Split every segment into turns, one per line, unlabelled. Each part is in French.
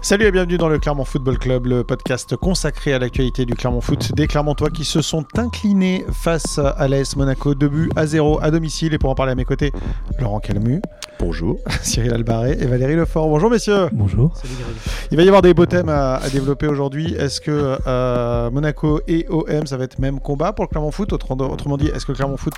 Salut et bienvenue dans le Clermont Football Club, le podcast consacré à l'actualité du Clermont Foot, des Clermontois qui se sont inclinés face à l'AS Monaco, 2 buts à 0 à domicile. Et pour en parler à mes côtés, Laurent Calmu,
Bonjour.
Cyril Albaré et Valérie Lefort. Bonjour messieurs
Bonjour.
Il va y avoir des beaux thèmes à, à développer aujourd'hui. Est-ce que euh, Monaco et OM, ça va être même combat pour le Clermont Foot Autre- Autrement dit, est-ce que le Clermont Foot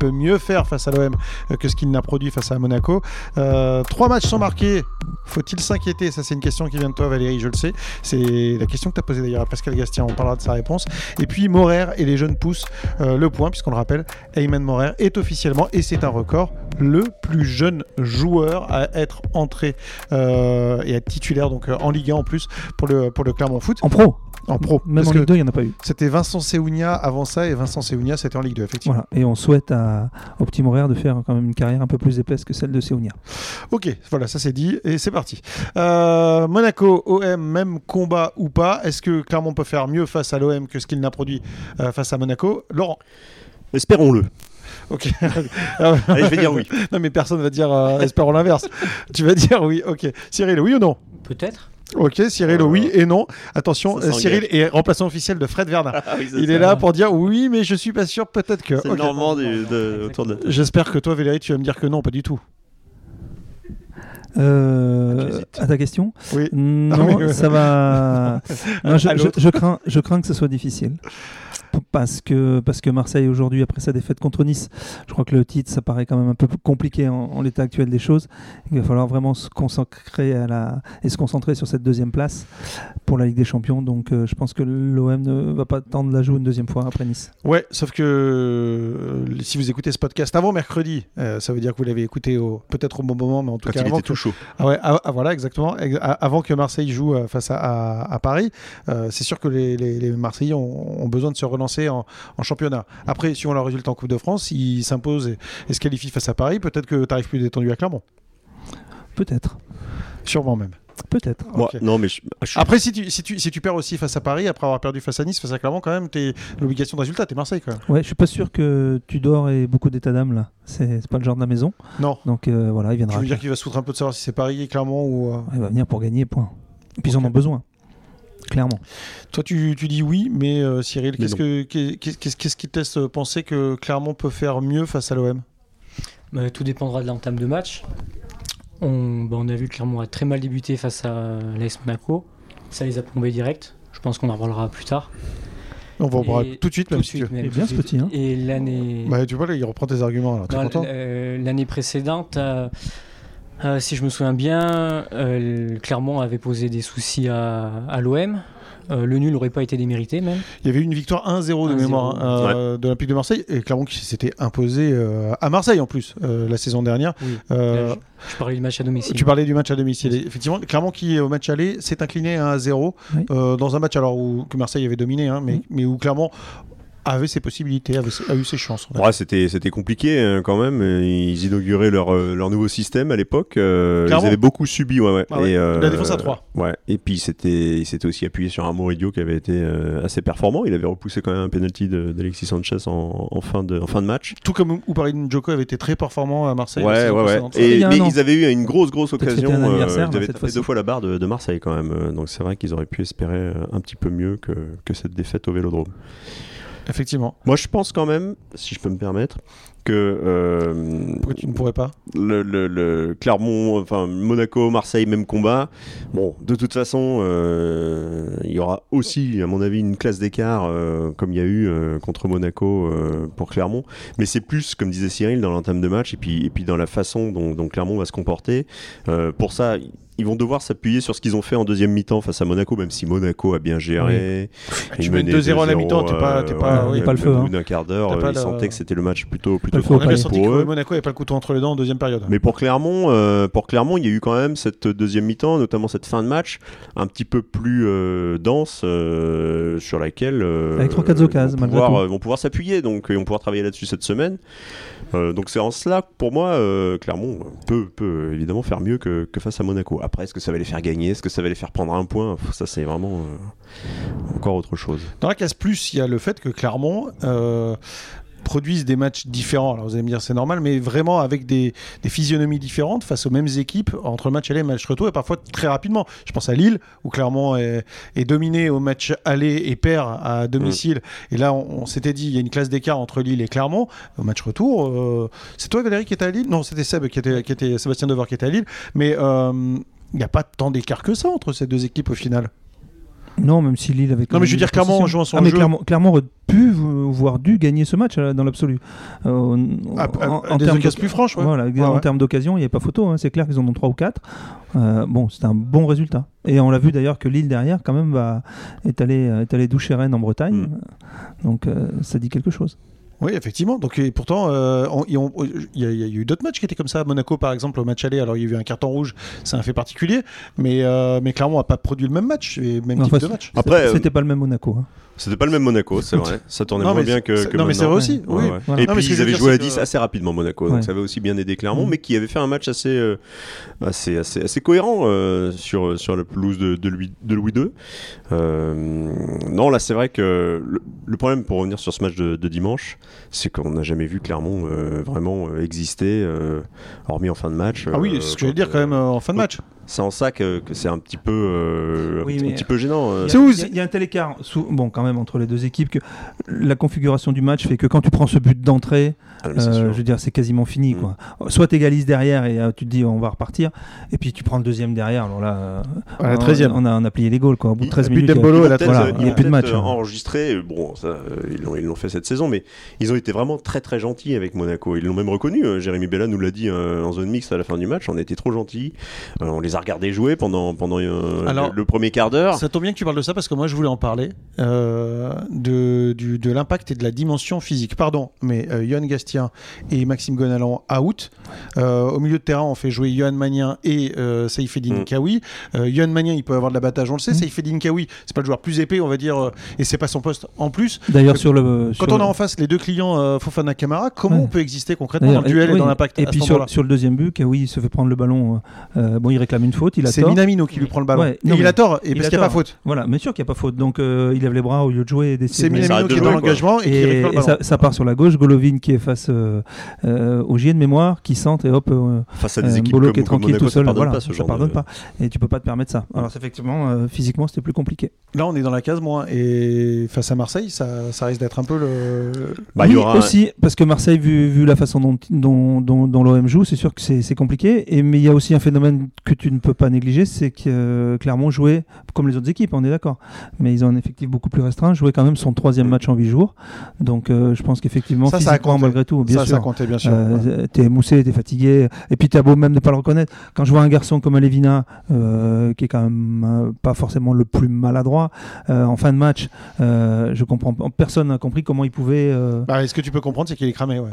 peut mieux faire face à l'OM euh, que ce qu'il n'a produit face à Monaco Euh, Trois matchs sont marqués. Faut-il s'inquiéter Ça, c'est une question qui vient de toi, Valérie, je le sais. C'est la question que tu as posée d'ailleurs à Pascal Gastien. On parlera de sa réponse. Et puis, Morer et les jeunes pousses euh, le point, puisqu'on le rappelle, Ayman Morer est officiellement, et c'est un record, le plus jeune joueur à être entré euh, et à être titulaire donc euh, en Ligue 1 en plus pour le, pour le Clermont Foot
En pro,
en pro.
même
parce
en
que
Ligue 2, il n'y en a pas eu.
c'était Vincent Seougna avant ça et Vincent Seougna c'était en Ligue 2 effectivement.
Voilà. Et on souhaite à, au petit Morer de faire quand même une carrière un peu plus épaisse que celle de Séounia.
Ok, voilà, ça c'est dit et c'est parti. Euh, Monaco, OM, même combat ou pas, est-ce que Clermont peut faire mieux face à l'OM que ce qu'il n'a produit euh, face à Monaco Laurent,
Espérons-le.
ok. Ah ouais.
Allez, je vais dire oui.
non mais personne va dire euh, espérons l'inverse. tu vas dire oui, ok. Cyril, oui ou non
Peut-être.
Ok, Cyril,
Euh,
oui et non. Attention,
ça
euh,
s'engage.
Cyril est remplaçant officiel de Fred Verdun.
Ah oui, c'est
Il
ça.
est là pour dire oui, mais je suis pas sûr, peut-être que.
C'est le
Ok.
normand du- de- autour de la table.
J'espère que toi, Valérie, tu vas me dire que non, pas du tout.
Euh,
J'hésite.
à ta question
Oui.
Non,
mais, euh,
ça va. Non, je,
à
je-
l'autre.
je crains, je crains que ce soit difficile. Parce que, parce que Marseille aujourd'hui, après sa défaite contre Nice, je crois que le titre, ça paraît quand même un peu compliqué en, en l'état actuel des choses. Il va falloir vraiment se concentrer à la, et se concentrer sur cette deuxième place pour la Ligue des Champions. Donc euh, je pense que l'OM ne va pas tendre la joue une deuxième fois après Nice.
Ouais, sauf que euh, si vous écoutez ce podcast avant mercredi, euh, ça veut dire que vous l'avez écouté au- peut-être au bon moment, mais en tout
Quand
cas
il
avant
était
que,
tout chaud.
Ah ouais, ah- ah, voilà, exactement. Ex- a- Avant que Marseille joue euh, face à, à- à Paris, euh, c'est sûr que les, les- les Marseillais ont, ont besoin de se relancer en, en championnat. Après, si on leur résulte en Coupe de France, ils s'imposent et, et se qualifient face à Paris, peut-être que tu arrives plus détendu à Clermont.
Peut-être,
Sûrement même.
peut-être.
Moi,
Ok.
non, mais je, Ah, je suis-
Après, si tu, si, tu, si tu perds aussi face à Paris, après avoir perdu face à Nice, face à Clermont, quand même, t'es l'obligation de résultat, t'es Marseille quand même.
Ouais, je suis pas sûr que Tudor ait beaucoup d'état d'âme là. C'est c'est pas le genre de la maison.
Non.
Donc euh, voilà, il
Tu
viendra.
veux dire qu'il va se foutre un peu de savoir si c'est Paris et Clermont ou. euh,
Il va venir pour gagner, point. Et puis ils en ont
Ok.
besoin, clairement.
Toi, tu, tu dis oui, mais euh, Cyril,
Mais
qu'est-ce,
non.
que, qu'est- qu'est-ce, qu'est-ce- qu'est-ce qui te laisse euh, penser que Clermont peut faire mieux face à l'OM
Mais Euh, tout dépendra de l'entame de match. On, bah, on a vu que Clermont a très mal débuté face à l'AS Monaco. Ça les a plombés direct. Je pense qu'on en reparlera plus tard.
On va en
Et
parler tout de suite,
Tout
même
de
si tu
suite,
veux.
Ah,
même,
Et bien,
tout de
ce
suite.
petit, hein.
Et l'année.
Bah, tu vois, là, il reprend tes arguments, alors t'es
Non,
content
euh, L'année précédente, euh, euh, si je me souviens bien, euh, le Clermont avait posé des soucis à, à l'OM. Euh, le nul n'aurait pas été démérité, même.
Il y avait eu une victoire 1-0 de
1-0.
mémoire hein, euh, de l'Olympique de Marseille, et Clermont qui s'était imposé euh, à Marseille en plus euh, la saison dernière.
Oui.
Euh,
Là, je, je parlais du match à domicile.
Tu parlais du match à domicile. Et Effectivement, Clermont qui au match aller s'est incliné à 1-0
Oui.
euh, dans un match alors où, que Marseille avait dominé, hein, mais, mais où Clermont avait ses possibilités, avait, a eu ses chances. en fait.
Ouais, c'était c'était compliqué hein, quand même. Ils inauguraient leur, euh, leur nouveau système à l'époque. Euh, ils
Clairement.
avaient beaucoup subi. Ouais, ouais.
Ah ouais.
Et, euh,
La défense à trois.
Ouais. Et puis c'était il s'était aussi appuyé sur un Moridio qui avait été euh, assez performant. Il avait repoussé quand même un penalty de- d'Alexis Sanchez en, en fin de en fin de match.
Tout comme Oupari Njoko avait été très performant à Marseille. la
Ouais,
saison
ouais, ouais.
précédente.
Il
Et,
hein. y a un
mais
an.
ils avaient eu une grosse, grosse
Peut-être
occasion.
fêter un
euh,
anniversaire,
ils
là,
avaient
cette
tapé
fois-ci.
deux fois la barre de, de Marseille quand même. euh, Donc c'est vrai qu'ils auraient pu espérer euh, un petit peu mieux que, que cette défaite au Vélodrome.
Effectivement.
Moi, je pense quand même, si je peux me permettre, que euh,
Pourquoi tu ne pourrais pas
le, le- le Clermont, enfin Monaco, Marseille, même combat. Bon, de toute façon, euh, il y aura aussi, à mon avis, une classe d'écart euh, comme il y a eu euh, contre Monaco euh, pour Clermont. Mais c'est plus, comme disait Cyril, dans l'entame de match et puis, et puis dans la façon dont, dont Clermont va se comporter. Euh, pour ça, ils vont devoir s'appuyer sur ce qu'ils ont fait en deuxième mi-temps face à Monaco, même si Monaco a bien géré.
Ah, Tu
Ils
mènes
menaient euh,
2-0 à la mi-temps, t'es pas- t'es pas-
ouais,
oui,
même
pas le feu,
Au bout
hein.
d'un quart d'heure, euh,
T'as pas
ils
la-
sentaient que c'était le match plutôt, plutôt
le feu au
On a bien
palais.
senti que
pour eux.
Monaco n'avait pas le couteau entre les dents en deuxième période.
Mais pour Clermont, euh, pour Clermont, il y a eu quand même cette deuxième mi-temps, notamment cette fin de match, un petit peu plus euh, dense, euh, sur laquelle euh,
Avec trois, quatre
ils
occasions,
vont
malgré
pouvoir,
tout.
euh, vont pouvoir s'appuyer, donc ils vont pouvoir travailler là-dessus cette semaine. Euh, donc c'est en cela, que pour moi, euh, Clermont peut, peut évidemment faire mieux que, que face à Monaco. Après, est-ce que ça va les faire gagner Est-ce que ça va les faire prendre un point Ça, c'est vraiment euh, encore autre chose.
Dans la case plus, il y a le fait que Clermont euh, produisent des matchs différents. Alors vous allez me dire c'est normal, mais vraiment avec des, des physionomies différentes face aux mêmes équipes entre le match aller et le match retour, et parfois très rapidement. Je pense à Lille, où Clermont est, est dominé au match aller et perd à domicile.
Mm.
Et là, on, on s'était dit, il y a une classe d'écart entre Lille et Clermont. Au match retour, euh, c'est toi Valérie qui était à Lille Non, c'était Seb qui était, qui était Sébastien Devor qui était à Lille. Mais euh, il n'y a pas tant d'écart que ça entre ces deux équipes au final.
Non, même si Lille avait. quand
Non, mais
même
je veux
une
dire, Clermont,
position.
en jouant son
Ah, mais
jeu-
Clermont, Clermont aurait pu, vo- voire dû gagner ce match euh, dans l'absolu. Euh, en-
Ah, ah,
en-
ah,
en
des
termes
occasions
de-
plus franches, ouais.
Voilà,
Ouais,
en
ouais.
termes d'occasion, il n'y a pas photo. hein. C'est clair qu'ils en ont 3 ou 4. bon, c'est un bon résultat. Et on l'a vu d'ailleurs que Lille derrière, quand même, va, est allé, euh, est allé doucher Rennes en Bretagne.
Mm.
Donc euh, ça dit quelque chose.
Oui, effectivement. Donc, et pourtant, euh, on- et on- il y, a- il y a eu d'autres matchs qui étaient comme ça. Monaco, par exemple, au match aller, alors il y a eu un carton rouge, c'est un fait particulier. Mais, euh, mais clairement, on n'a pas produit le même match, et même type
Enfin,
de
c'est-
match.
Après, euh,
C'était pas le même Monaco. hein.
C'était pas le même Monaco, c'est vrai. Ça tournait
Non,
moins
mais
bien
c'est-
que,
c'est-
que
non, mais c'est vrai
maintenant.
aussi.
Ouais,
oui.
ouais.
Voilà.
Et
Non, mais
puis
ce que je
ils
veux
avaient
dire,
joué à
c'est que-
10 assez rapidement Monaco, donc
Ouais.
ça avait aussi bien aidé Clermont,
Mm.
mais qui avait fait un match assez, euh, assez, assez, assez cohérent euh, sur, sur la pelouse de, de Louis, de Louis II. Euh, non, là c'est vrai que le, le problème pour revenir sur ce match de, de dimanche, c'est qu'on n'a jamais vu Clermont euh, vraiment euh, exister, euh, hormis en fin de match.
Ah oui,
euh,
c'est ce que je veux
quand,
dire quand
euh,
même euh, en fin de match.
C'est en ça que, que c'est un petit peu, euh,
Oui,
un petit-
mais-
un petit peu gênant. euh.
Il y a-
C'est où,
il y, a- il y a un tel écart, sous- bon, quand même, entre les deux équipes, que la configuration du match fait que quand tu prends ce but d'entrée,
Ah, mais c'est
euh,
sûr.
je veux dire, c'est quasiment fini.
Mm.
Quoi. Soit tu égalises derrière et euh, tu te dis on va repartir, et puis tu prends le deuxième derrière. Alors là, euh,
À la
on-
13e.
On, a, on a plié les goals quoi. au bout de
Il-
13
but
minutes.
d'Embolo. Polo à
Ils
la
l'ont peut-être,
Voilà,
euh,
il y a
ils l'ont
plus de
peut-être,
match,
euh,
hein.
Enregistré, euh, bon, ça, euh, ils l'ont- ils l'ont fait cette saison, mais ils ont été vraiment très très gentils avec Monaco. Ils l'ont même reconnu. euh, Jérémy Bella nous l'a dit euh, en zone mixte à la fin du match. On était trop gentils. Euh, on les a regardés jouer pendant pendant euh,
Alors,
le, le premier quart d'heure.
Ça tombe bien que tu parles de ça parce que moi je voulais en parler euh, de, du- de l'impact et de la dimension physique. Pardon, mais euh, Johan Gastien et Maxime Gonalan out. Euh, au milieu de terrain, on fait jouer Johan Magnin et euh, Saïfeddine
Mm.
Kawi. Euh, Johan Magnin, il peut avoir de l'abattage, on le sait.
Mm.
Saïfeddine Kawi, c'est pas le joueur plus épais, on va dire, euh, et c'est pas son poste en plus.
D'ailleurs, sur le. sur
Quand on a
le-
en face les deux clients euh, Fofana Camara, comment
Ouais.
on peut exister concrètement dans le
d'ailleurs,
duel et,
oui,
dans l'impact
Et
à
puis
ce
sur,
moment-là
sur le deuxième but, eh oui, il se fait prendre le ballon. euh, bon, il réclame une faute, il a
C'est
tort.
Minamino qui lui prend le ballon.
Ouais,
Et
non,
il
mais-
a tort, et
il
parce
a
qu'il n'y a pas
tort.
faute.
Voilà, bien sûr qu'il n'y a pas faute. Donc euh, il lève les bras au lieu de jouer et
C'est
d'essayer de-
Minamino
Minamino
s'arrête
qui
de
est
jouer,
dans l'engagement
quoi.
et, qui
Et,
récupère le ballon.
et ça, ça part sur la gauche, Golovin qui est face euh, euh, au GIE de mémoire, qui sente et hop, euh,
Face à des
Euh,
équipes
Mbolo
comme,
qui est
comme
tranquille
Monaco,
tout seul,
ça pardonne
voilà,
pas ce
ça
genre
pardonne
de-
pas. Et tu peux pas te permettre ça. Alors c'est effectivement, euh, physiquement, c'était plus compliqué.
Là, on est dans la case moins. Et face à Marseille, ça, ça risque d'être un peu le.
Bah, il
oui,
y aura un-
aussi, parce que Marseille, vu, vu la façon dont, dont, dont, dont l'OM joue, c'est sûr que c'est c'est compliqué. Et, mais il y a aussi un phénomène que tu ne peux pas négliger, c'est que euh, Clermont jouait, comme les autres équipes, on est d'accord, mais ils ont un effectif beaucoup plus restreint, jouait quand même son troisième match en 8 jours. Donc euh, je pense qu'effectivement,
Ça, ça a
physiquement,
compté.
malgré tout, bien
ça,
sûr.
ça comptait, bien sûr.
Euh,
Ouais.
T'es moussé, t'es fatigué, et puis t'as beau même ne pas le reconnaître. Quand je vois un garçon comme Alevina, euh, qui est quand même euh, pas forcément le plus maladroit, euh, en fin de match, euh, je comprends. pas- Personne n'a compris comment il pouvait. euh,
Bah, et ce que tu peux comprendre, c'est qu'il est cramé. Ouais.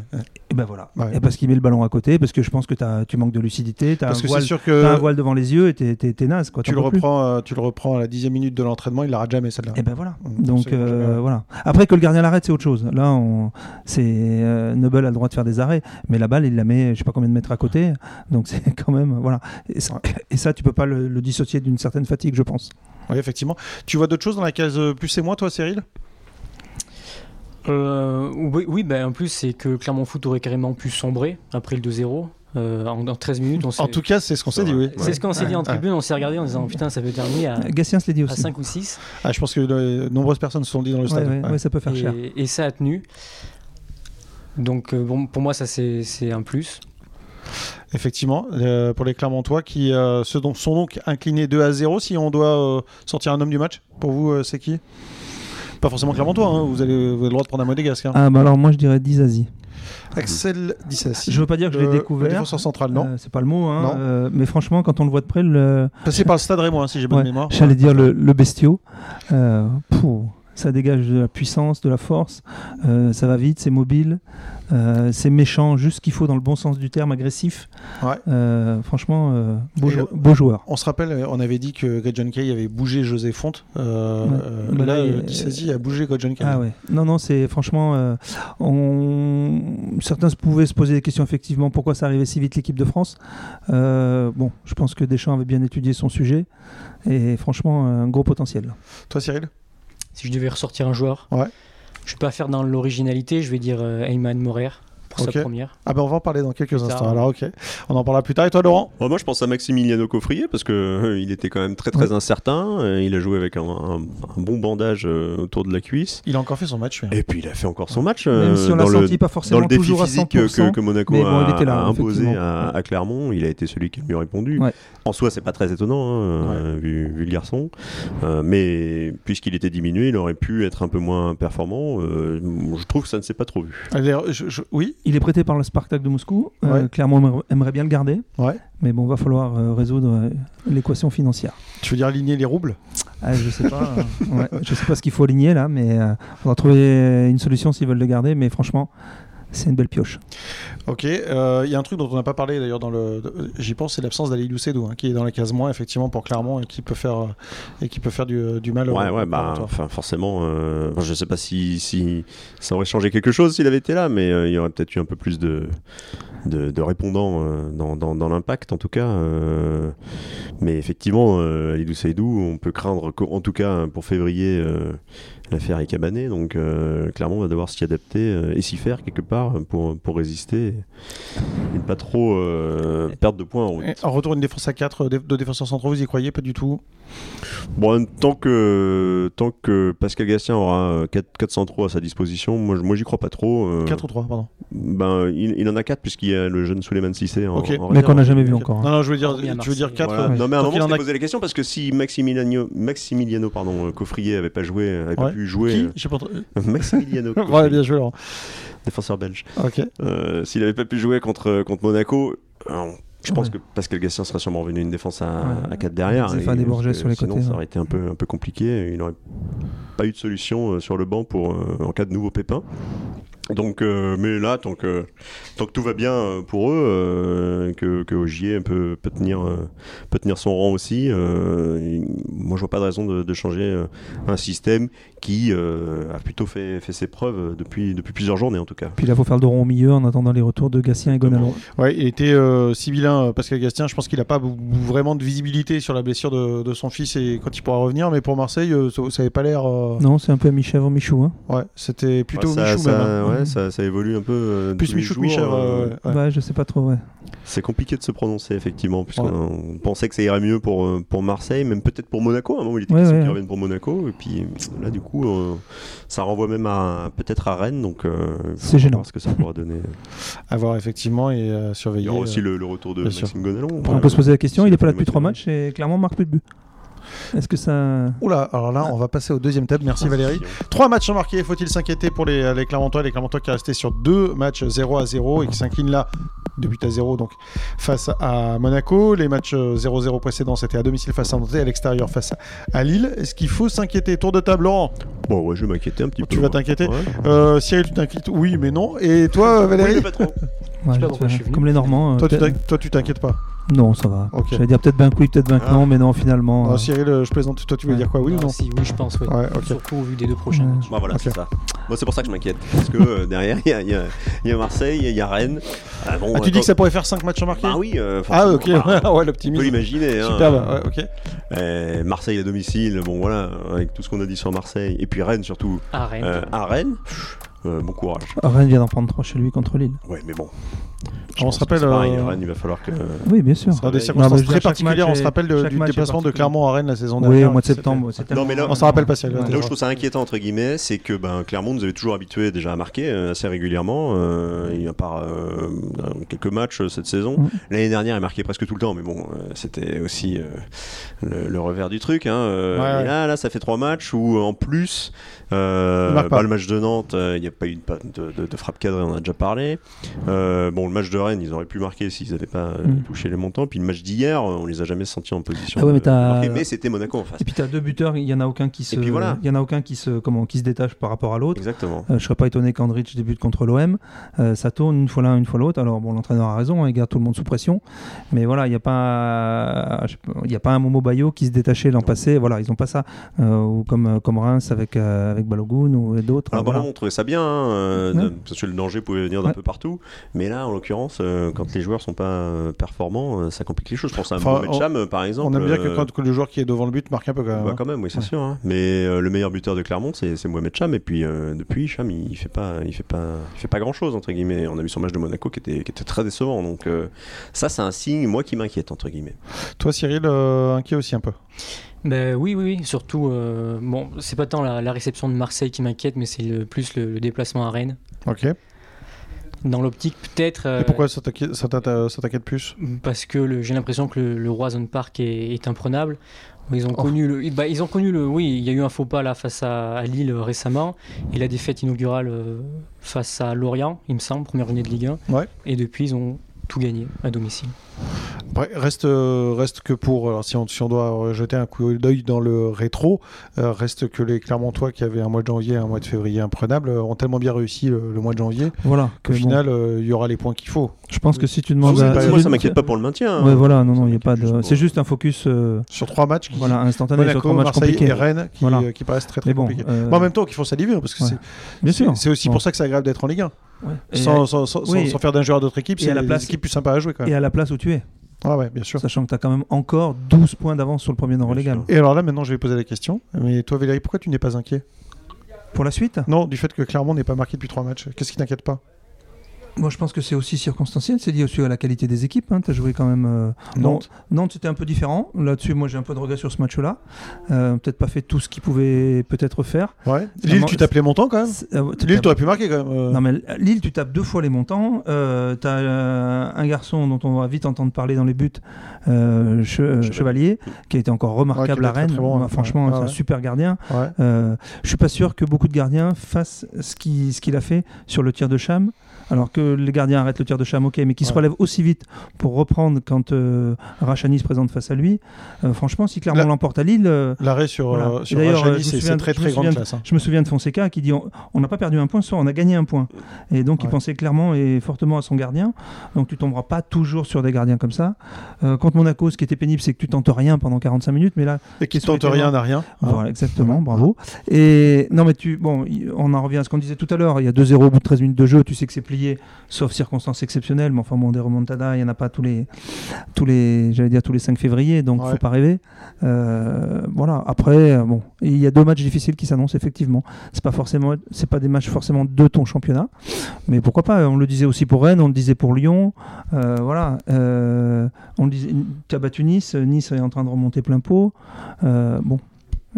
et ben voilà.
Ouais.
Et parce qu'il met le ballon à côté, parce que je pense que t'as- tu manques de lucidité, t'as un,
Parce que c'est
voile-
sûr
t'as un
que
voile devant les yeux et t'es- t'es t'es naze quoi.
tu
t'en
le,
peux plus.
reprends, euh, tu le reprends à la dixième minute de l'entraînement, il la rate jamais celle-là.
Et ben voilà.
Mm,
Donc
absolument,
euh,
jamais.
voilà. Après que le gardien l'arrête, c'est autre chose. Là, on, c'est euh, Nobel a le droit de faire des arrêts, mais la balle, il la met, je sais pas combien de mètres à côté. Donc c'est quand même voilà. Et ça, et ça, tu peux pas le, le dissocier d'une certaine fatigue, je pense.
Oui, effectivement. Tu vois d'autres choses dans la case euh, plus et moins, toi, Cyril
Euh, oui, oui bah, en plus, c'est que Clermont Foot aurait carrément pu sombrer après le 2-0. Euh, en, en 13 minutes, on s'est.
En tout cas, c'est ce qu'on
Ça
s'est dit,
va.
oui.
c'est ce qu'on s'est dit en tribune, on s'est regardé en disant putain, ça peut terminer à,
Gatien Euh, se l'est dit
à
aussi.
5 ou 6.
Ah, je pense que de nombreuses personnes se sont dit dans le
Ouais,
stade.
ouais,
Ouais.
ouais, ça peut faire
et,
cher.
et ça a tenu. Donc, euh, bon, pour moi, ça, c'est c'est un plus.
Effectivement, euh, pour les Clermontois qui euh, se don- sont donc inclinés 2 à 0, si on doit euh, sortir un homme du match, pour vous, euh, c'est qui Pas forcément Clermontois, hein, vous, avez, vous avez le droit de prendre un monégasque. Hein.
Ah bah alors moi je dirais 10 Asie.
Axel Dissassi.
Ah. Je veux pas dire que je
Le-
l'ai Euh,
Euh, Le
découvert.
défenseur central, non.
Euh, c'est pas le mot, hein,
Non.
euh, mais franchement, quand on le voit de près, le,
Passé par le stade Rémois, hein, si j'ai bonne
Euh. Ouais,
mémoire.
J'allais dire le, le bestiau. Euh, pouh, ça dégage de la puissance, de la force. Euh, ça va vite, c'est mobile. Euh, c'est méchant, juste ce qu'il faut dans le bon sens du terme, agressif.
Ouais.
Euh, franchement, euh, beau,
Et
jou-
le-
beau joueur.
On se rappelle, euh, on avait dit que Greg John Kay avait bougé José Fonte. Euh,
Ouais.
euh, là,
Bah là,
euh,
il-
Dissasi a bougé Greg John Kay.
Ah ouais. Non, non, c'est franchement. euh, on... Certains se pouvaient se poser des questions, effectivement, pourquoi ça arrivait si vite l'équipe de France. Euh, bon, je pense que Deschamps avait bien étudié son sujet. Et franchement, un gros potentiel.
Toi, Cyril
Si je devais ressortir un joueur,
Ouais.
Je vais pas faire dans l'originalité, je vais dire euh, Ayman Morer pour
Ok.
sa première.
Ah ben on va en parler dans quelques
Plus tard,
instants. Alors ok, on en parlera plus tard. Et toi Laurent
Oh, moi, je pense à Maximiliano Coffrier parce que euh, il était quand même très très incertain. Euh, il a joué avec un, un- un bon bandage euh, autour de la cuisse.
Il a encore fait son match. hein. mais-
Et puis il a fait encore son match
Même
euh,
si on l'a
dans, le,
senti pas
dans
forcément
le défi
toujours à 100%.
physique euh, que, que Monaco
mais bon,
a,
il était là,
a imposé
effectivement.
à, à Clermont. Il a été celui qui a le mieux répondu.
Ouais.
En soi, c'est pas très étonnant hein, euh, vu, vu le garçon. Euh, mais puisqu'il était diminué, il aurait pu être un peu moins performant. Euh, je trouve que ça ne s'est pas trop vu.
Allez, je- je- oui.
Il est prêté par le Spartak de Moscou.
Ouais.
Euh, Clermont aimer- aimerait bien le garder.
Ouais.
Mais bon, va falloir euh, résoudre euh, l'équation financière.
Tu veux dire aligner les roubles
Ah, je sais pas. euh, ouais, je sais pas ce qu'il faut aligner là, mais euh, faudra trouver une solution s'ils veulent le garder. Mais franchement, c'est une belle pioche.
Ok, euh, il y a un truc dont on n'a pas parlé d'ailleurs dans le. de- J'y pense, c'est l'absence d'Ali Doucedou, hein, qui est dans la case moins effectivement pour Clermont et qui peut faire euh, et qui peut faire du, euh, du mal. au-
Ouais, ouais,
au
bah,
Clermontois.
enfin, forcément, euh, enfin, je sais pas si, si ça aurait changé quelque chose s'il avait été là, mais euh, il y aurait peut-être eu un peu plus de, de, de répondants euh, dans, dans, dans l'impact, en tout cas. euh, mais effectivement, euh, Alidou Seydou, on peut craindre, qu'au- en tout cas euh, pour février, euh, l'affaire est cabanée, donc euh, clairement, on va devoir s'y adapter euh, et s'y faire quelque part pour, pour résister et ne pas trop euh, perdre de points en route.
Et En retour, une défense à 4 de défenseurs centraux, vous y croyez pas du tout
Bon, tant que, tant que Pascal Gastien aura euh, 4, 400 trous à sa disposition, moi, je- moi j'y crois pas trop. euh,
4 ou 3, pardon.
ben, il, il en a 4 puisqu'il y a le jeune Souleymane Sissé en,
Ok.
en
mais
réserve.
qu'on n'a jamais vu
Ok.
encore. hein.
Non, non, je veux dire,
Hormis à
tu veux dire
Marseille.
4.
Voilà.
ouais.
Non mais à un
Tant qu'il en
moment on s'est
a-
posé la question parce que si Maximiliano, Maximiliano pardon, euh, Coffrier avait pas joué, avait pas
Ouais.
pu jouer,
Qui J'ai pas entendu.
euh, Maximiliano, Coffrier,
Ouais, bien joué, Laurent.
défenseur belge,
Ok.
euh, s'il avait pas pu jouer contre euh, contre Monaco, alors, je pense
Ouais.
que Pascal Gastien serait sûrement revenu une défense à,
Ouais.
à 4 derrière.
Zéphane et Borges
parce que
sur les
sinon,
côtés, hein.
ça
ouais.
aurait été un peu un peu compliqué. Il n'aurait pas eu de solution euh, sur le banc pour euh, en cas de nouveau pépin. Donc, euh, mais là, tant que, tant que tout va bien euh, pour eux, euh, que, que Ogier peut, peut, tenir, euh, peut tenir son rang aussi, euh, il- moi je vois pas de raison de, de changer euh, un système qui euh, a plutôt fait, fait ses preuves depuis, depuis plusieurs journées en tout cas.
Puis là, faut faire le doron au milieu en attendant les retours de Gatien et Gonalon.
Ouais, il était euh, sibyllin, euh, Pascal Gastien. Je pense qu'il n'a pas b- vraiment de visibilité sur la blessure de, de son fils et quand il pourra revenir. Mais pour Marseille, euh, ça n'avait pas l'air. euh,
Non, c'est un peu à mi-chèvre, mi-chou. hein.
Ouais, c'était plutôt
Enfin, Bah, ça,
Michou
ça-
même. hein.
ouais, ça, ça évolue un peu. euh, tous
Plus
les
Michou que
jours,
Michel.
euh,
euh, ouais.
Ouais, je sais pas trop. Ouais.
C'est compliqué de se prononcer, effectivement, puisqu'on on pensait que ça irait mieux pour, euh, pour Marseille, même peut-être pour Monaco. À un moment, il était
Ouais,
question
ouais.
qu'il revienne pour Monaco. Et puis là, du coup, euh, ça renvoie même à peut-être à Rennes. Donc, euh,
C'est
faut voir
gênant.
ce que ça pourra donner.
À voir effectivement et euh,
Il y
surveiller.
aura aussi
euh.
le, le retour de
bien
Maxime Gonalon.
on peut se poser la question.
s'il
Il
a
est pas là
fait
depuis trois
match,
matchs et clairement marque plus de but. Est-ce que ça.
Oula, alors là, on va passer au deuxième thème. Merci Valérie. Trois matchs ont marqué. Faut-il s'inquiéter pour les, les Clermontois Les Clermontois qui restés sur deux matchs 0 à 0 et qui s'inclinent là de but à 0 donc face à Monaco. Les matchs euh, 0-0 précédents, c'était à domicile face à Nantes et à l'extérieur face à- à Lille. Est-ce qu'il faut s'inquiéter Tour de table, Laurent.
hein. Bon, ouais, je vais m'inquiéter un petit peu.
Tu vas
ouais.
t'inquiéter
Ouais.
Euh, Cyril, tu t'inquiètes Oui, mais non. Et toi, euh,
Oui,
Valérie
mais pas trop.
Ouais,
sais pas
tu
pourquoi
vois,
je suis venu.
Comme les Normands. euh,
toi, tu
peut-être-
t'inqui- toi, tu t'inquiètes pas.
Non, ça va.
Ok.
J'allais dire peut-être ben que oui, peut-être ben que
Ah.
non, mais non, finalement.
Non,
euh,
Cyril, euh, je plaisante. Toi, tu veux
Ouais.
dire quoi Oui ou
Ah,
non
si, oui, je pense, ouais.
Ouais, ok.
Surtout au vu des deux prochains
Ouais.
matchs.
Bah, voilà,
Ok.
c'est ça. Moi, c'est pour ça que je m'inquiète. Parce que euh, derrière, il y a, il y a- il y a Marseille, il y a Rennes. Ah,
Ah,
bon,
tu
attends-
dis que ça pourrait faire 5 matchs en marqué
Bah oui. euh,
Ah,
forcément,
ok.
bah,
ouais,
on peut
l'optimisme.
l'imaginer. hein.
Superbe. Ouais, ok.
Euh, Marseille à domicile, bon voilà, avec tout ce qu'on a dit sur Marseille, et puis Rennes surtout,
À Rennes.
euh, à Rennes, euh, bon courage.
Rennes vient d'en prendre trois chez lui contre Lille.
Ouais, mais bon.
On
pense
se
que
rappelle,
c'est pareil,
euh,
Rennes, il va falloir que.
Oui, bien sûr.
Dans des
Ouais.
circonstances
Non, mais je veux
très
dire, chaque
particulières,
match
on se
est-
rappelle de-
chaque
du
match est
déplacement de
particulier.
Clermont à Rennes la saison
Oui,
dernière.
hein,
au mois de
C'était-
septembre. c'est
Non, mais là-
On s'en rappelle pas, celle
Ouais.
Là où je trouve ça inquiétant entre guillemets, c'est que ben, Clermont nous avait toujours habitué déjà à marquer euh, assez régulièrement, euh, et à part euh, dans quelques matchs euh, cette saison.
Mm.
L'année dernière, il marquait presque tout le temps, mais bon, euh, c'était aussi euh, le, le revers du truc. Hein,
Ouais,
euh, et
ouais.
Là, là, ça fait trois matchs où en plus, euh,
Il marque pas.
bah, le match de Nantes, euh, il n'y a pas eu de, pa- de- de- de frappe cadrée, on en a déjà parlé. Euh, bon, le match de Rennes, ils auraient pu marquer s'ils n'avaient pas euh,
Mm.
touché les montants. Puis le match d'hier, euh, on les a jamais sentis en position.
Ah ouais,
de-
mais
de
t'as-
marquer, mais c'était Monaco en face.
Et puis t'as deux buteurs, il y en a aucun qui se,
puis voilà.
il y en a aucun qui se, comment, qui se détache par rapport à l'autre.
Exactement.
Euh, je serais pas étonné qu'Andrich débute contre l'OM. Euh, ça tourne une fois l'un, une fois l'autre. Alors bon, l'entraîneur a raison, hein, il garde tout le monde sous pression. Mais voilà, il n'y a pas, euh, je sais pas, il y a pas un Momo Bayo qui se détachait l'an passé. Voilà, ils n'ont pas ça. Euh, ou comme euh, comme Reims avec euh, avec Balogun ou d'autres.
Alors,
voilà.
Ah, Ballon, on trouvait ça bien, hein, euh,
Ouais.
de- parce que le danger pouvait venir d'un
Ouais.
peu partout. Mais là, en l'occurrence, euh, quand les joueurs sont pas euh, performants, euh, ça complique les choses. Je pense à
Enfin,
Mohamed
on-
Cham, euh, par exemple.
On aime bien que
euh,
quand que le joueur qui est devant le but marque un peu quand même.
bah,
hein.
quand même, oui, c'est
Ouais.
sûr. hein. Mais euh, le meilleur buteur de Clermont, c'est c'est Mohamed Cham. Et puis euh, depuis, Cham, il, il fait pas, il fait pas, il fait pas grand chose entre guillemets. On a vu son match de Monaco qui était, qui était très décevant. Donc euh, ça, c'est un signe, moi, qui m'inquiète entre guillemets.
Toi, Cyril, euh, inquiet aussi un peu.
Ben oui, oui, oui. Surtout, euh, bon, c'est pas tant la, la réception de Marseille qui m'inquiète, mais c'est le- plus le, le déplacement à Rennes.
Ok.
Dans l'optique, peut-être. euh,
Et pourquoi ça t'inquiète ça t'inquiète- ça t'inquiète plus
Parce que le- j'ai l'impression que le, le Roison Park est, est imprenable. Ils ont,
Oh.
connu le, bah, ils ont connu le. Oui, il y a eu un faux pas là face à, à Lille euh, récemment et la défaite inaugurale euh, face à Lorient, il me semble, première journée de Ligue 1.
Ouais.
Et depuis, ils ont tout gagné à domicile.
Après, reste, euh, reste que pour, alors, si, on, si on doit euh, jeter un coup d'œil dans le rétro, euh, reste que les Clermontois qui avaient un mois de janvier, un mois de février imprenable, euh, ont tellement bien réussi le, le mois de janvier
Voilà.
qu'au
que bon,
final, euh, il y aura les points qu'il faut.
je pense que si tu
Ah oui,
demandes à.
pas-
moi,
c'est-
ça m'inquiète pas pour le maintien. hein.
Ouais, voilà, non, non,
Ça
il y a pas
m'inquiète
de.
juste
C'est
pour-
juste un focus, euh,
Sur trois matchs, qui,
voilà, instantané sur
Monaco,
trois matchs
Marseille
compliqués.
et Rennes, qui,
Voilà.
euh, qui paraissent très très
Mais bon,
compliqués.
euh,
Mais en même temps, qu'ils font saliver, parce que
ouais.
c'est-
bien sûr.
c'est aussi
Bon.
pour ça que c'est agréable d'être en Ligue 1.
Ouais. Et-
Sans, sans- sans-
oui.
sans faire d'un joueur à d'autres équipes,
Et
c'est
à la
la place
place-
équipes plus sympa à jouer quand même.
Et à la place où tu es,
Ah ouais, bien sûr.
sachant que tu as quand même encore 12 points d'avance sur le premier dans
Bien
relégal.
sûr.
Et alors là, maintenant, je vais poser la question. Mais toi, Valérie, pourquoi tu n'es pas inquiet
Pour la suite,
Non, du fait que Clermont n'est pas marqué depuis trois matchs. Qu'est-ce qui t'inquiète pas
moi je pense que c'est aussi circonstanciel, c'est lié aussi à la qualité des équipes. Hein. Tu as joué quand même. euh,
Nantes.
Bon, Nantes, c'était un peu différent. Là-dessus, moi j'ai un peu de regret sur ce match-là. Euh, peut-être pas fait tout ce qu'ils pouvaient peut-être faire.
Ouais. Lille,
Vraiment,
tu t'appelais montant quand même
C'est- euh, t'as-
Lille, t'aurais pu marquer quand même. euh.
Non, mais Lille, tu tapes deux fois les montants. Euh, tu as un garçon dont on va vite entendre parler dans les buts, euh, Che- euh, Chevalier, qui a été encore
Ouais, qui
remarquable
était
à Rennes.
très, très bon,
Bah,
ouais.
Franchement,
Ouais,
c'est
ouais.
un super gardien.
Ouais.
Euh, je suis pas sûr que beaucoup de gardiens fassent ce qui- ce qu'il a fait sur le tir de Cham. Alors que les gardiens arrêtent le tir de Cham, ok, mais qui se
Ouais.
relève aussi vite pour reprendre quand euh, Rachani se présente face à lui. Euh, franchement, si Clermont
Là-
l'emporte à Lille, euh,
L'arrêt sur,
Voilà.
euh, sur
D'ailleurs,
Rachani,
euh, je me
c'est c'est
souviens-
très
je me
très grande
souviens de-
classe. hein.
je me souviens de Fonseca qui dit on on n'a pas perdu un point ce soir, on a gagné un point. Et donc
Ouais.
il pensait clairement et fortement à son gardien. Donc tu tomberas pas toujours sur des gardiens comme ça. Euh, contre Monaco, ce qui était pénible, c'est que tu tentes rien pendant 45 minutes, mais là,
Et qui
qui sont
tente rien n'a rien. hein.
voilà, exactement, bravo. Et non, mais tu, bon, y- on en revient à ce qu'on disait tout à l'heure. Il y a 2-0 au bout de 13 minutes de jeu, tu sais que c'est plié, sauf circonstances exceptionnelles. Mais enfin, bon, des remontadas, il n'y en a pas tous les, tous les, j'allais dire tous les 5 février, donc
Ouais.
faut pas rêver. Euh, voilà. Après, euh, bon, il y a deux matchs difficiles qui s'annoncent effectivement. C'est pas forcément, c'est pas des matchs forcément de ton championnat, mais pourquoi pas On le disait aussi pour Rennes, on le disait pour Lyon. Euh, voilà, euh, on le disait, tu as battu Nice, Nice est en train de remonter plein pot. Euh, bon.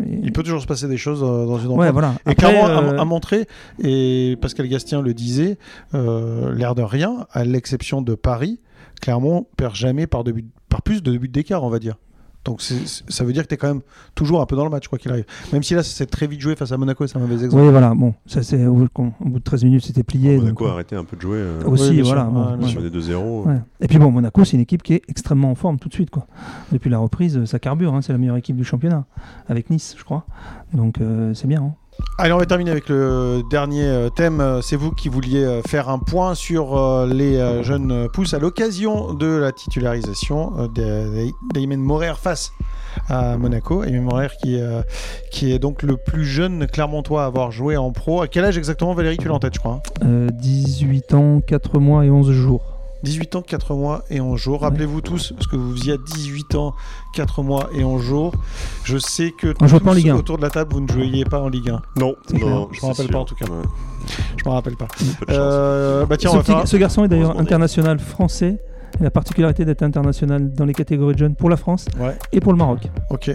Et-
Il peut toujours se passer des choses euh, dans une rencontre.
Ouais, voilà.
Et
Après,
Clermont a-
euh,
a, montré, et Pascal Gastien le disait, euh, l'air de rien, à l'exception de Paris, Clermont perd jamais par, deux buts- par plus de deux buts d'écart, on va dire. Donc c'est- c'est- ça veut dire que tu es quand même toujours un peu dans le match, quoi qu'il arrive. Même si là, c'est très vite joué face à Monaco, c'est un mauvais exemple.
oui, voilà, bon, ça c'est au, au bout de 13 minutes, c'était plié. donc,
Monaco a arrêté un peu de jouer. euh,
euh, aussi,
Oui, bien
voilà.
sûr.
bon,
Ouais, bien
ouais.
sur les 2-0.
Ouais. Et puis bon, Monaco, c'est une équipe qui est extrêmement en forme tout de suite. Quoi. Depuis la reprise, euh, ça carbure. hein, c'est la meilleure équipe du championnat, avec Nice, je crois. Donc euh, c'est bien. hein.
Allez, on va terminer avec le dernier euh, thème. Euh, C'est vous qui vouliez euh, faire un point sur euh, les euh, jeunes euh, pousses à l'occasion de la titularisation euh, d'A- d'Aymen Morer face à Monaco. Aymen Morer qui, euh, qui est donc le plus jeune Clermontois à avoir joué en pro. À quel âge exactement, Valérie Tu l'as en tête, je crois. hein
Euh, 18 ans, 4 mois et 11 jours.
18 ans, 4 mois et 11 jours. Rappelez-vous tous ce que vous faisiez à 18 ans, 4 mois et 11 jours. Je sais que
On jouait pas en
tous
Ligue 1.
autour de la table, vous ne jouiez pas en Ligue 1.
Non,
C'est clair.
non,
Je
c'est
m'en rappelle pas,
sûr.
en tout cas.
Ouais,
Je m'en rappelle pas.
peu de chance.
Euh, bah tiens, on
ce,
va
petit-
faire...
ce garçon est d'ailleurs
Heureusement d'ailleurs.
international français. Et La particularité d'être international dans les catégories de jeunes pour la France
Ouais,
et pour le Maroc.
ok,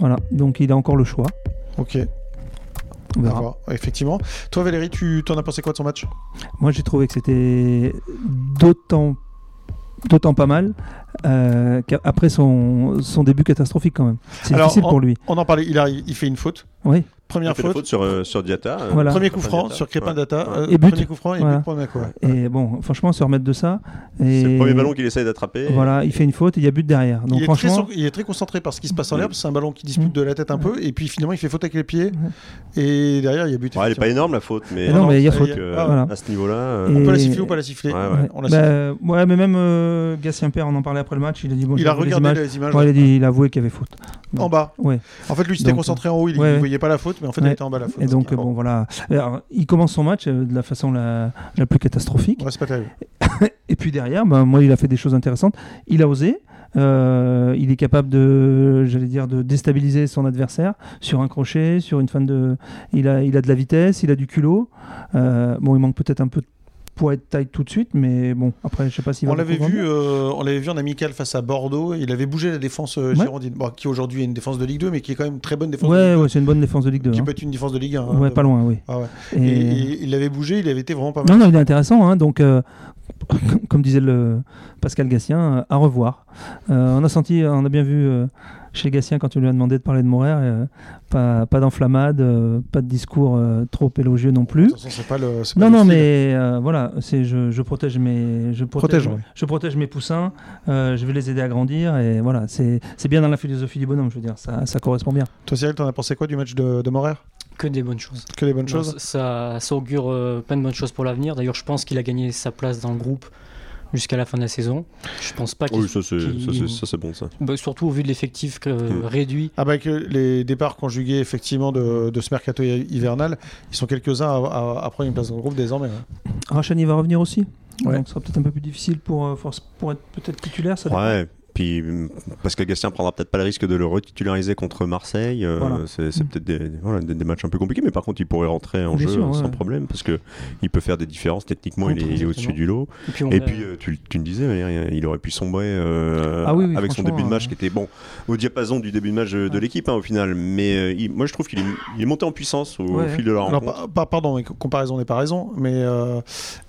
Voilà, donc il a encore le choix.
ok.
On verra.
D'accord, effectivement. Toi, Valérie, tu t'en as pensé quoi de son match
Moi, j'ai trouvé que c'était d'autant d'autant pas mal euh, qu'après son, son début catastrophique quand même. C'est
Alors,
difficile
en-
pour lui.
On en parlait, il, arrive, il fait une faute.
Oui.
Il a
Première
fait la
faute,
faute sur, euh, sur Diata. euh,
Voilà.
premier coup
Crépin
franc
Diatta.
sur Crépin
Ouais.
Data,
Ouais.
euh,
Et but.
premier coup franc et
Voilà.
but pour Monaco. ouais.
Et bon, franchement, se remettre de ça. Et
C'est le premier ballon qu'il essaye d'attraper.
Voilà, il fait une faute et il y a but derrière. Donc
il, est très,
franchement,
son- il est très concentré par ce qui se passe en l'air,
Mm.
parce que c'est un ballon qui dispute
Mm.
de la tête un peu, et puis finalement il fait faute avec les pieds,
Ouais.
et derrière il y a but.
Ouais, elle est
effectivement.
pas énorme la faute, mais,
Mais non, mais il y a
elle
faute.
Donc, euh,
Ah,
Voilà.
à ce niveau-là, euh,
On peut la
Et-
siffler ou pas la siffler
Ouais,
ouais.
On la siffle.
Bah, ouais, mais même euh, Gatien Père, on en parlait après le match, il a dit bon, j'ai
Il a
vu les
regardé
images.
les images.
Ouais, il, a dit, il a avoué qu'il y avait faute.
en bas.
Ouais.
En fait, lui, il s'était
Donc,
concentré en haut, il ne
ouais, ouais.
voyait pas la faute, mais en fait, il
Ouais.
était en bas la faute.
Et donc,
Ah,
euh, bon, voilà. Alors, il commence son match euh, de la façon la, la plus catastrophique.
Ouais, c'est pas terrible.
Et puis derrière, ben, moi, il a fait des choses intéressantes. Il a osé. euh, il est capable de, j'allais dire, de déstabiliser son adversaire sur un crochet, sur une fin de. Il a, il a de la vitesse, il a du culot. Euh, bon, il manque peut-être un peu de poids et de taille tout de suite, mais bon, après, je sais pas s'il
On
va le
l'avait
convaincre.
vu, euh, on l'avait vu en amical face à Bordeaux. Il avait bougé la défense euh,
Ouais.
girondine, Bon, qui aujourd'hui est une défense de Ligue 2, mais qui est quand même une très bonne euh, défense. de
Ouais,
Ligue
ouais, c'est une bonne défense de Ligue 2.
2, Qui
hein.
peut être une défense de Ligue 1. hein,
Ouais,
de-
pas loin, oui.
Ah ouais.
Et-
Et, et il avait bougé, il avait été vraiment pas mal.
Non, non, il est intéressant. hein, donc, euh, comme disait le Pascal Gatien, euh, à revoir. Euh, on a senti, on a bien vu euh, chez Gatien quand tu lui as demandé de parler de Morer, euh, pas, pas d'enflammade, euh, pas de discours euh, trop élogieux non
De
plus.
toute façon, c'est pas le- c'est pas
Non,
le
non,
style.
mais euh, voilà, c'est je, je protège mes je protège,
Protège, ouais.
je protège mes poussins, euh, je vais les aider à grandir et voilà, c'est c'est bien dans la philosophie du bonhomme, je veux dire, ça, ça correspond bien.
Toi, Cyril, t'en as pensé quoi du match de, de Morer
Que des bonnes choses.
Que des bonnes
Non,
choses
ça- ça, ça augure euh, plein de bonnes choses pour l'avenir. D'ailleurs, je pense qu'il a gagné sa place dans le groupe jusqu'à la fin de la saison. Je pense pas qu'il.
Oui, ça c'est
qui-
ça, c'est- ça, c'est bon ça.
Bah, surtout au vu de l'effectif que-
Mm.
réduit.
Ah bah, avec euh, les départs conjugués effectivement de, de ce mercato hi- hivernal, ils sont quelques-uns à, à- à prendre une place dans le groupe désormais. hein.
Rachani va revenir aussi.
Ouais.
Donc ce sera peut-être un peu plus difficile pour, euh, force- pour être peut-être titulaire. Ça dépend.
Ouais. Puis hum, Pascal Gastien prendra peut-être pas le risque de le retitulariser contre Marseille. euh,
Voilà.
C'est c'est
Mm.
peut-être des, des- voilà, des- des matchs un peu compliqués, mais par contre, il pourrait rentrer en
Bien
jeu
sûr,
euh, sans
ouais.
problème parce que il peut faire des différences. Techniquement, il est, il est
Exactement.
au-dessus du lot.
Et puis, on
Et
a-
puis, euh, tu, tu me disais, Valère, il aurait pu sombrer euh,
Ah oui, oui,
avec son
franchement,
début de match
euh,
qui était bon au diapason du début de match de
Ouais.
l'équipe hein, au final. Mais euh, il- moi, je trouve qu'il est, il est monté en puissance au, au
Ouais.
fil de la
Alors,
rencontre.
pa- pa- pardon, mais co- comparaison n'est pas raison, mais euh,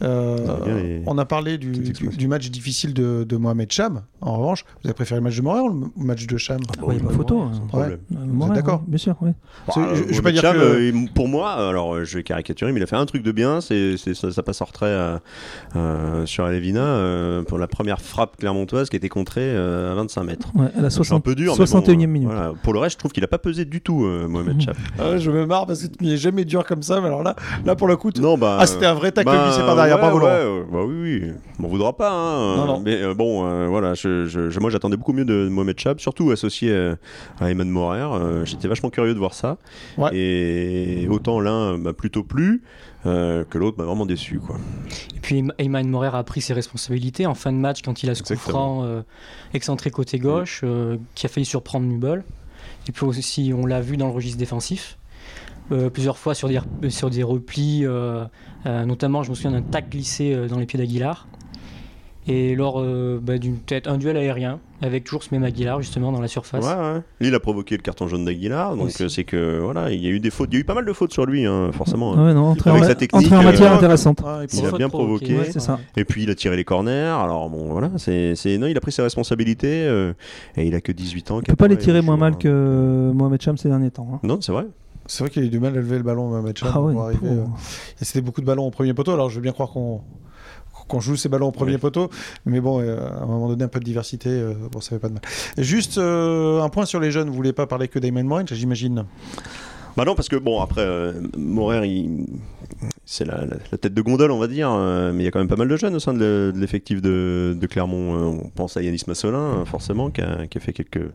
euh,
Vous avez bien les-
on a parlé du,
petites
du-
expressions.
du match difficile de, de Mohamed Cham. En revanche, vous avez préféré le match de Morer ou le m- match de
Bah,
Cham
Ouais, il y a pas photo. hein.
Sans problème.
Euh, Moret,
d'accord
oui, Bien sûr, oui.
Parce que
Bah,
je- je vais pas
Mohamed
dire
Cham,
que-
euh, il- pour moi, alors euh, je vais caricaturer, mais il a fait un truc de bien, c'est c'est- ça, ça passe en retrait à- à- sur Alevina euh, pour la première frappe clermontoise qui était contrée euh, à 25 mètres.
Ouais, à la
C'est un
60
peu dur, mais bon,
61e
euh,
minute.
voilà. Pour le reste, je trouve qu'il a pas pesé du tout, euh, Mohamed
Mhm.
Cham.
Ah, Je me marre parce que tu n'y es jamais dur comme ça, mais alors là, là pour le coup, tu-
Non, bah,
ah, c'était un vrai tacle
bah,
glissé par derrière,
ouais,
bravo
ouais,
Laurent.
euh, bah oui, oui, on m'en voudra pas. hein,
Non,
euh,
non.
Mais euh, bon, euh, voilà, je, je- je- moi j'attendais beaucoup mieux de Mohamed Chab, surtout associé euh, à Eman Morer. euh, J'étais vachement curieux de voir ça.
Ouais.
Et autant l'un m'a plutôt plu euh, que l'autre m'a vraiment déçu. Quoi.
Et puis Ayman Morer a pris ses responsabilités en fin de match quand il a ce coup
Exactement.
franc euh, excentré côté gauche euh, qui a failli surprendre Nubel. Et puis aussi, on l'a vu dans le registre défensif. euh, plusieurs fois sur des, rep- sur des replis, euh, euh, notamment je me souviens d'un tac glissé euh, dans les pieds d'Aguilar. Et lors euh, bah, d'une peut-être un duel aérien avec toujours ce même Aguilar justement dans la surface.
Ouais, ouais. Il a provoqué le carton jaune d'Aguilar, donc
Aussi.
euh, c'est que voilà, il y a eu des fautes, il y a eu pas mal de fautes sur lui, hein, forcément. hein.
Ouais, non, entrée
Avec
en,
sa technique,
entrée en
euh,
matière intéressante.
Ah, et
Il
pour-
a
Faute
bien
provoquée,
provoqué.
Ouais, c'est ça.
Et puis il a tiré les corners, alors bon voilà, c'est c'est- non, il a pris ses responsabilités euh, et il a que 18 ans. hein,
Il peut pas les tirer moins mal que euh, Mohamed Cham ces derniers temps. hein.
Non, c'est vrai.
C'est vrai qu'il a eu du mal à lever le ballon, Mohamed Cham.
Ah ouais,
pour arriver,
pauvre.
euh, Et c'était beaucoup de ballons au premier poteau. Alors, je veux bien croire qu'on qu'on joue ces ballons au premier
Oui.
poteau, mais bon, euh, à un moment donné, un peu de diversité, euh, bon, ça fait pas de mal. Juste euh, un point sur les jeunes. Vous voulez pas parler que d'Ayman Morin, j'imagine.
Bah non, parce que bon, après, euh, Morer, il- c'est la, la- la tête de gondole, on va dire, euh, mais il y a quand même pas mal de jeunes au sein de, le- de l'effectif de, de Clermont. Euh, on pense à Yanis Massolin, euh, forcément, qui a, qui a fait quelques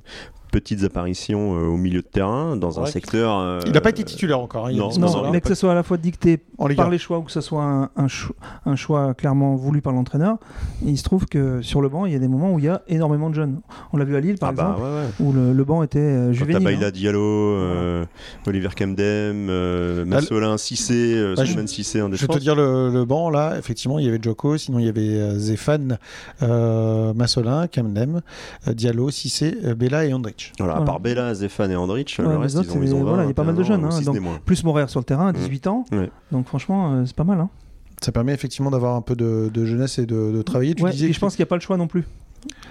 petites apparitions euh, au milieu de terrain, dans un
Ouais.
secteur... euh,
Il n'a pas été titulaire encore. hein, il y a
non,
dix
non,
minutes,
Non,
non,
là.
il a
mais que ce soit à la fois dicté
en Ligue
par
1.
les choix ou que ce soit un, un cho- un choix clairement voulu par l'entraîneur, il se trouve que sur le banc, il y a des moments où il y a énormément de jeunes. On l'a vu à Lille, par
Ah bah
exemple,
ouais, ouais.
où le, le banc était euh,
Quand t'as
juvénile.
Baïla Diallo, euh, Oliver Kamdem, euh, Massolin, Cissé, euh,
Ah,
Bah, je-
Souleymane Cissé en
Je vais te
défense.
dire le, le banc, là, effectivement, il y avait Joko, sinon il y avait euh, Zéphane, euh, Massolin, Kamdem, euh, Diallo, Cissé, euh, Bella et Andrich.
Voilà, à
Voilà.
part Bella, Zéphane et Andrich,
Ouais,
le
les
reste,
autres,
ils ont,
c'est
ils ont
des- voilà,
20,
il y a pas mal de
21
jeunes,
ans,
hein,
six
donc-
des moins.
Plus Morer sur le terrain, à 18 ans.
Mmh. Ouais.
Donc franchement, euh, c'est pas mal. hein.
Ça permet effectivement d'avoir un peu de, de jeunesse et de, de travailler. Tu
Ouais,
disais
et
que
je pense qu'il n'y a pas le choix non plus.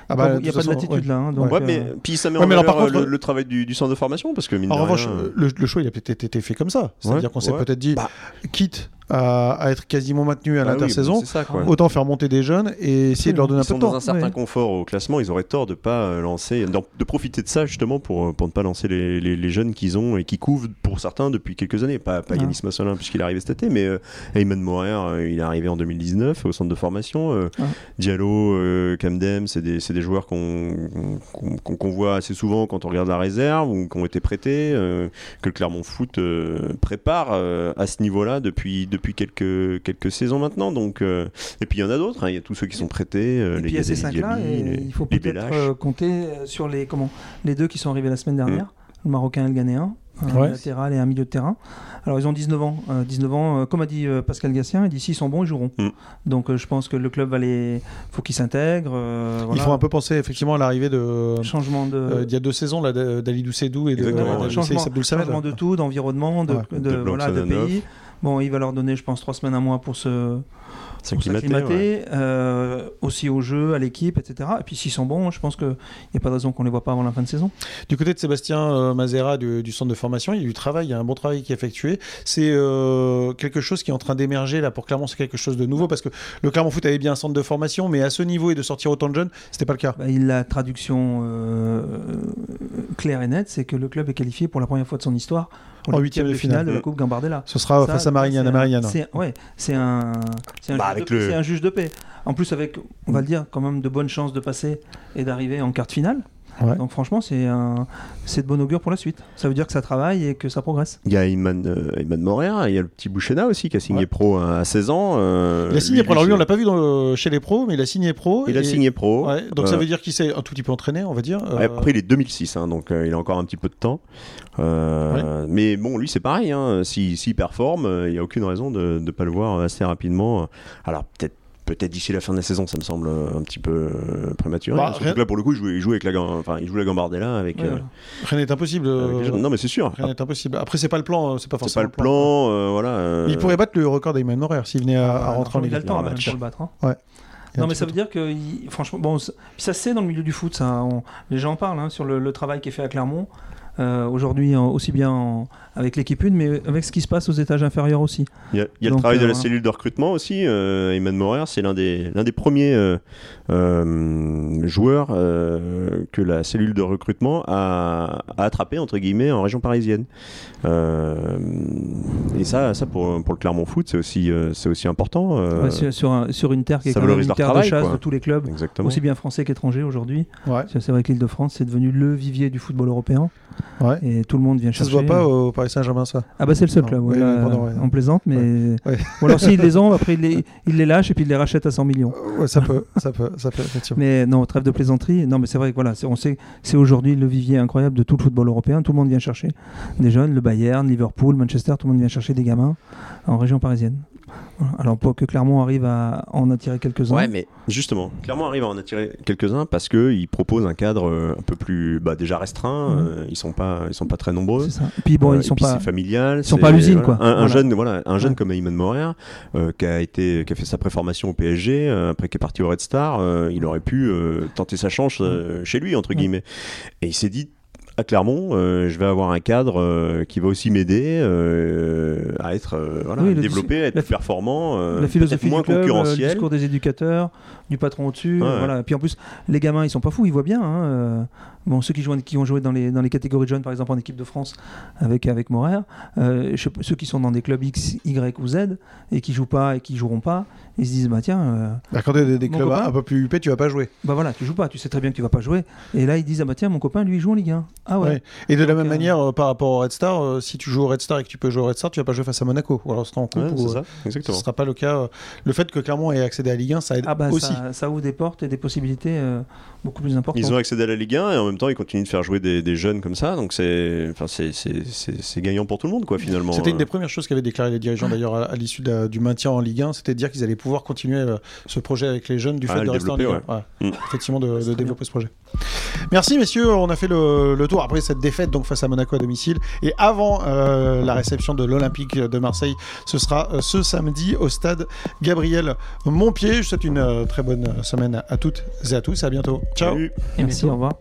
Ah bah,
il n'y
toute
a pas de
façon,
latitude
ouais.
là. hein, donc,
ouais, mais
euh,
puis ça met
Ouais,
en
mais alors,
valeur
par contre,
le, le travail du, du centre de formation parce que mine
En
de
revanche,
rien, euh,
le, le choix, il a peut-être été fait comme ça. C'est-à-dire qu'on s'est
ouais.
peut-être dit,
Bah.
quitte à, à être quasiment maintenu à
Bah oui,
l'intersaison.
c'est ça, quoi.
Autant faire monter des jeunes et essayer de leur donner
Ils
un peu
sont
de
dans
temps.
un certain
ouais.
confort au classement, ils auraient tort de pas euh, lancer, d'en- de profiter de ça justement pour, euh, pour ne pas lancer les, les- les jeunes qu'ils ont et qui couvrent pour certains depuis quelques années. Pas, pas
Ah.
Yanis Massolin puisqu'il est arrivé cet été, mais euh, Ayman Morer, euh, il est arrivé en 2019 au centre de formation. euh,
Ah.
Diallo, euh, Kamdem, c'est des, c'est des joueurs qu'on qu'on- qu'on- qu'on voit assez souvent quand on regarde la réserve ou qui ont été prêtés, euh, que le Clermont Foot euh, prépare euh, à ce niveau-là depuis, depuis quelques, quelques saisons maintenant. Donc. euh, et puis il y en a d'autres, hein. il y a tous ceux qui sont prêtés, euh,
Et
les
puis à ces
Yazidi
cinq-là,
Diaby,
et
les-
il faut
les
peut-être
Bellache.
euh, compter euh, sur les, comment, les deux qui sont arrivés la semaine
Mmh.
dernière, le Marocain et le Ghanéen, un
Ouais.
latéral et un milieu de terrain. Alors ils ont 19 ans. euh, 19 ans, euh, comme a dit euh, Pascal Gassien, il dit s'ils sont bons, ils joueront.
Mm.
Donc euh, je pense que le club va les... faut qu'ils s'intègrent. euh, voilà.
Ils font un peu penser effectivement à l'arrivée de
Changement de...
euh, d'il y a deux saisons là, de- d'Ali Doucedou et de
Exactement,
d'Ali
ouais.
Doucet
changement,
Abdul Samed.
changement de tout, d'environnement, de,
Ouais.
de-
De blanc,
voilà, de
ça donne
pays. Bon, il va leur donner, je pense, trois semaines, un mois pour se, pour
S'acclimater, ouais.
s'acclimater, euh, aussi au jeu, à l'équipe, etc. Et puis s'ils sont bons, je pense qu'il n'y a pas de raison qu'on les voit pas avant la fin de saison.
Du côté de Sébastien euh, Mazera du, du centre de formation, il y a du travail, il y a un bon travail qui est effectué. C'est euh, quelque chose qui est en train d'émerger là pour Clermont, c'est quelque chose de nouveau parce que le Clermont Foot avait bien un centre de formation, mais à ce niveau et de sortir autant de jeunes, c'était pas le cas.
Bah, il- la traduction euh, claire et nette, c'est que le club est qualifié pour la première fois de son histoire pour
En
les
huitième de
huitièmes de
finale.
la Coupe Gambardella.
Ce sera
Ça,
face à Marignane.
c'est
à
un-
Marignane.
C'est ouais, c'est un, c'est un,
Bah,
juge
avec
de-
le-
c'est un juge de paix. En plus, avec, on va le dire, quand même de bonnes chances de passer et d'arriver en quart de finale.
Ouais.
Donc franchement, c'est un- c'est de bon augure pour la suite. Ça veut dire que ça travaille et que ça progresse.
Il y a Iman, euh, Iman Morer, il y a le petit Bouchena aussi qui a signé
Ouais.
pro hein, à à 16 ans. euh,
Il a signé pro. Alors lui,
c'est-
on l'a pas vu dans le- chez les pros, mais il a signé pro.
Il a
et-
signé pro.
Ouais, donc ça
Euh,
veut dire qu'il s'est un tout petit peu entraîné, on va dire.
Ouais,
Euh,
Après, il est 2006, hein, donc euh, il a encore un petit peu de temps. Euh, Mais bon, lui, c'est pareil. Hein, S'il s'il performe, euh, il n'y a aucune raison de ne pas le voir assez rapidement. Alors, peut-être. Peut-être d'ici la fin de la saison, ça me semble euh, un petit peu euh, prématuré.
Bah,
hein, surtout
rien-
que là, pour le coup, il joue, il joue avec la, Gam- enfin, il joue la Gambardella avec,
Ouais,
euh,
voilà.
Rien n'est impossible.
avec les
euh,
jeunes. Non, mais c'est sûr.
Rien n'est impossible. Après, c'est pas le plan, euh, c'est pas
C'est pas
forcément
le plan, euh, voilà. euh,
Il pourrait battre le record d'Ayman Morer s'il venait à, à
Ah,
rentrer en
il
Ligue.
a le temps
Il y a un
là,
match.
pour le battre. hein.
Il a un
Non, mais
petit
ça
peu
veut dire que, il- franchement, bon, ça ça se sait dans le milieu du foot, ça, on- les gens en parlent hein, sur le, le travail qui est fait à Clermont, euh, aujourd'hui en- aussi bien en- avec l'équipe 1, mais avec ce qui se passe aux étages inférieurs aussi.
Il y a, il y a le
Donc,
travail de
euh,
la
voilà.
cellule de recrutement aussi. Euh, Eman Morer, c'est l'un des, l'un des premiers euh, euh, joueurs euh, que la cellule de recrutement a, a attrapé, entre guillemets, en région parisienne. Euh, et ça, ça pour, pour le Clermont Foot, c'est aussi, euh, c'est aussi important. euh,
Ouais, sur, sur un- sur une terre qui est
ça
quand même
valorise
une
leur
terre de
travail,
chasse
quoi.
de tous les clubs,
Ah
Exactement.
aussi bien français qu'étrangers aujourd'hui.
Ouais.
C'est c'est vrai que l'île de France, c'est devenu le vivier du football européen.
Ouais.
Et tout le monde vient
Ça
chercher.
se voit pas au Paris Saint-Germain, ça.
Ah bah c'est le seul
Non,
club,
oui,
ouais, là,
oui, pardon, ouais.
on plaisante, mais...
Ouais.
Ou alors s'ils les ont, après ils les, ils les lâchent et puis ils les rachètent à 100 millions.
Ouais, ça peut, ça peut, ça peut, effectivement.
Mais non, trêve de plaisanterie. Non, mais c'est vrai que voilà, c'est- on sait, que c'est aujourd'hui le vivier incroyable de tout le football européen. Tout le monde vient chercher des jeunes, le Bayern, Liverpool, Manchester, tout le monde vient chercher des gamins en région parisienne. Voilà. Alors pour que Clermont arrive à en attirer quelques-uns.
Ouais, mais justement, Clermont arrive à en attirer quelques-uns parce qu'ils proposent un cadre euh, un peu plus bah, déjà restreint.
Mhm.
euh, ils sont pas, ils sont pas très nombreux.
c'est ça. Puis bon,
Euh,
ils sont
et puis
pas.
c'est familial,
ils sont
c'est-
pas à l'usine,
voilà.
quoi.
Un, un
Voilà.
jeune, voilà, un jeune
Ouais.
comme Ayman Morer, euh, qui a été, qui a fait sa préformation au PSG, euh, après qui est parti au Red Star, euh, il aurait pu euh, tenter sa chance euh, chez lui entre
Ouais.
guillemets. Et il s'est dit. À Clermont, euh, je vais avoir un cadre euh, qui va aussi m'aider euh, à être euh, voilà,
Oui,
à me
le dis-
développer, à être
la
plus
phi-
performant, euh,
La
peut-être
philosophie
moins
du club, euh, le
concurrentiel.
discours des éducateurs, du patron au-dessus,
Ouais,
euh,
ouais.
voilà. Puis en plus, les gamins, ils sont pas fous, ils voient bien. hein, euh, bon, ceux qui, jouent, qui ont joué dans les, dans les catégories de jeunes, par exemple en équipe de France avec avec Morer, euh, je- ceux qui sont dans des clubs X, Y ou Z et qui jouent pas et qui joueront pas, ils se disent bah tiens, euh,
Bah, Quand t'as des, des
Mon
clubs
copain.
un peu plus huppés, tu vas pas jouer.
bah voilà, tu joues pas, tu sais très bien que tu vas pas jouer. Et là, ils disent ah bah tiens, mon copain, lui, il joue en Ligue 1. Ah ouais.
Ouais. Et de la même
euh,
manière, euh, par rapport au Red Star, euh, si tu joues au Red Star et que tu peux jouer au Red Star, tu vas pas jouer face à Monaco. Ou alors, c'est en coupe.
Ouais,
ou,
c'est
euh,
ça,
ce
exactement.
sera pas le cas. euh, Le fait que Clermont ait accédé à Ligue 1, ça aide
Ah bah
aussi.
ça, ça ouvre des portes et des possibilités euh, beaucoup plus importantes.
Ils ont accédé à la Ligue 1 et en même temps ils continuent de faire jouer des, des jeunes comme ça, donc c'est enfin, c'est- c'est- c'est- c'est gagnant pour tout le monde quoi finalement.
C'était une
Euh,
des premières choses qu'avaient déclaré les dirigeants
Ah.
d'ailleurs à, à l'issue de la- du maintien en Ligue 1, c'était de dire qu'ils allaient pouvoir continuer euh, ce projet avec les jeunes du
Ah,
fait
le
de rester en Ligue
développer,
1. Ouais.
Mm.
Effectivement, de, de
très
développer ce projet. Merci messieurs, on a fait le, le tour après cette défaite donc face à Monaco à domicile et avant euh, la réception de l'Olympique de Marseille, ce sera euh, ce samedi au stade Gabriel Montpied. Je vous souhaite une euh, très bonne semaine à toutes et à tous. À bientôt. Ciao.
salut.
Et
Merci,
bientôt.
au revoir.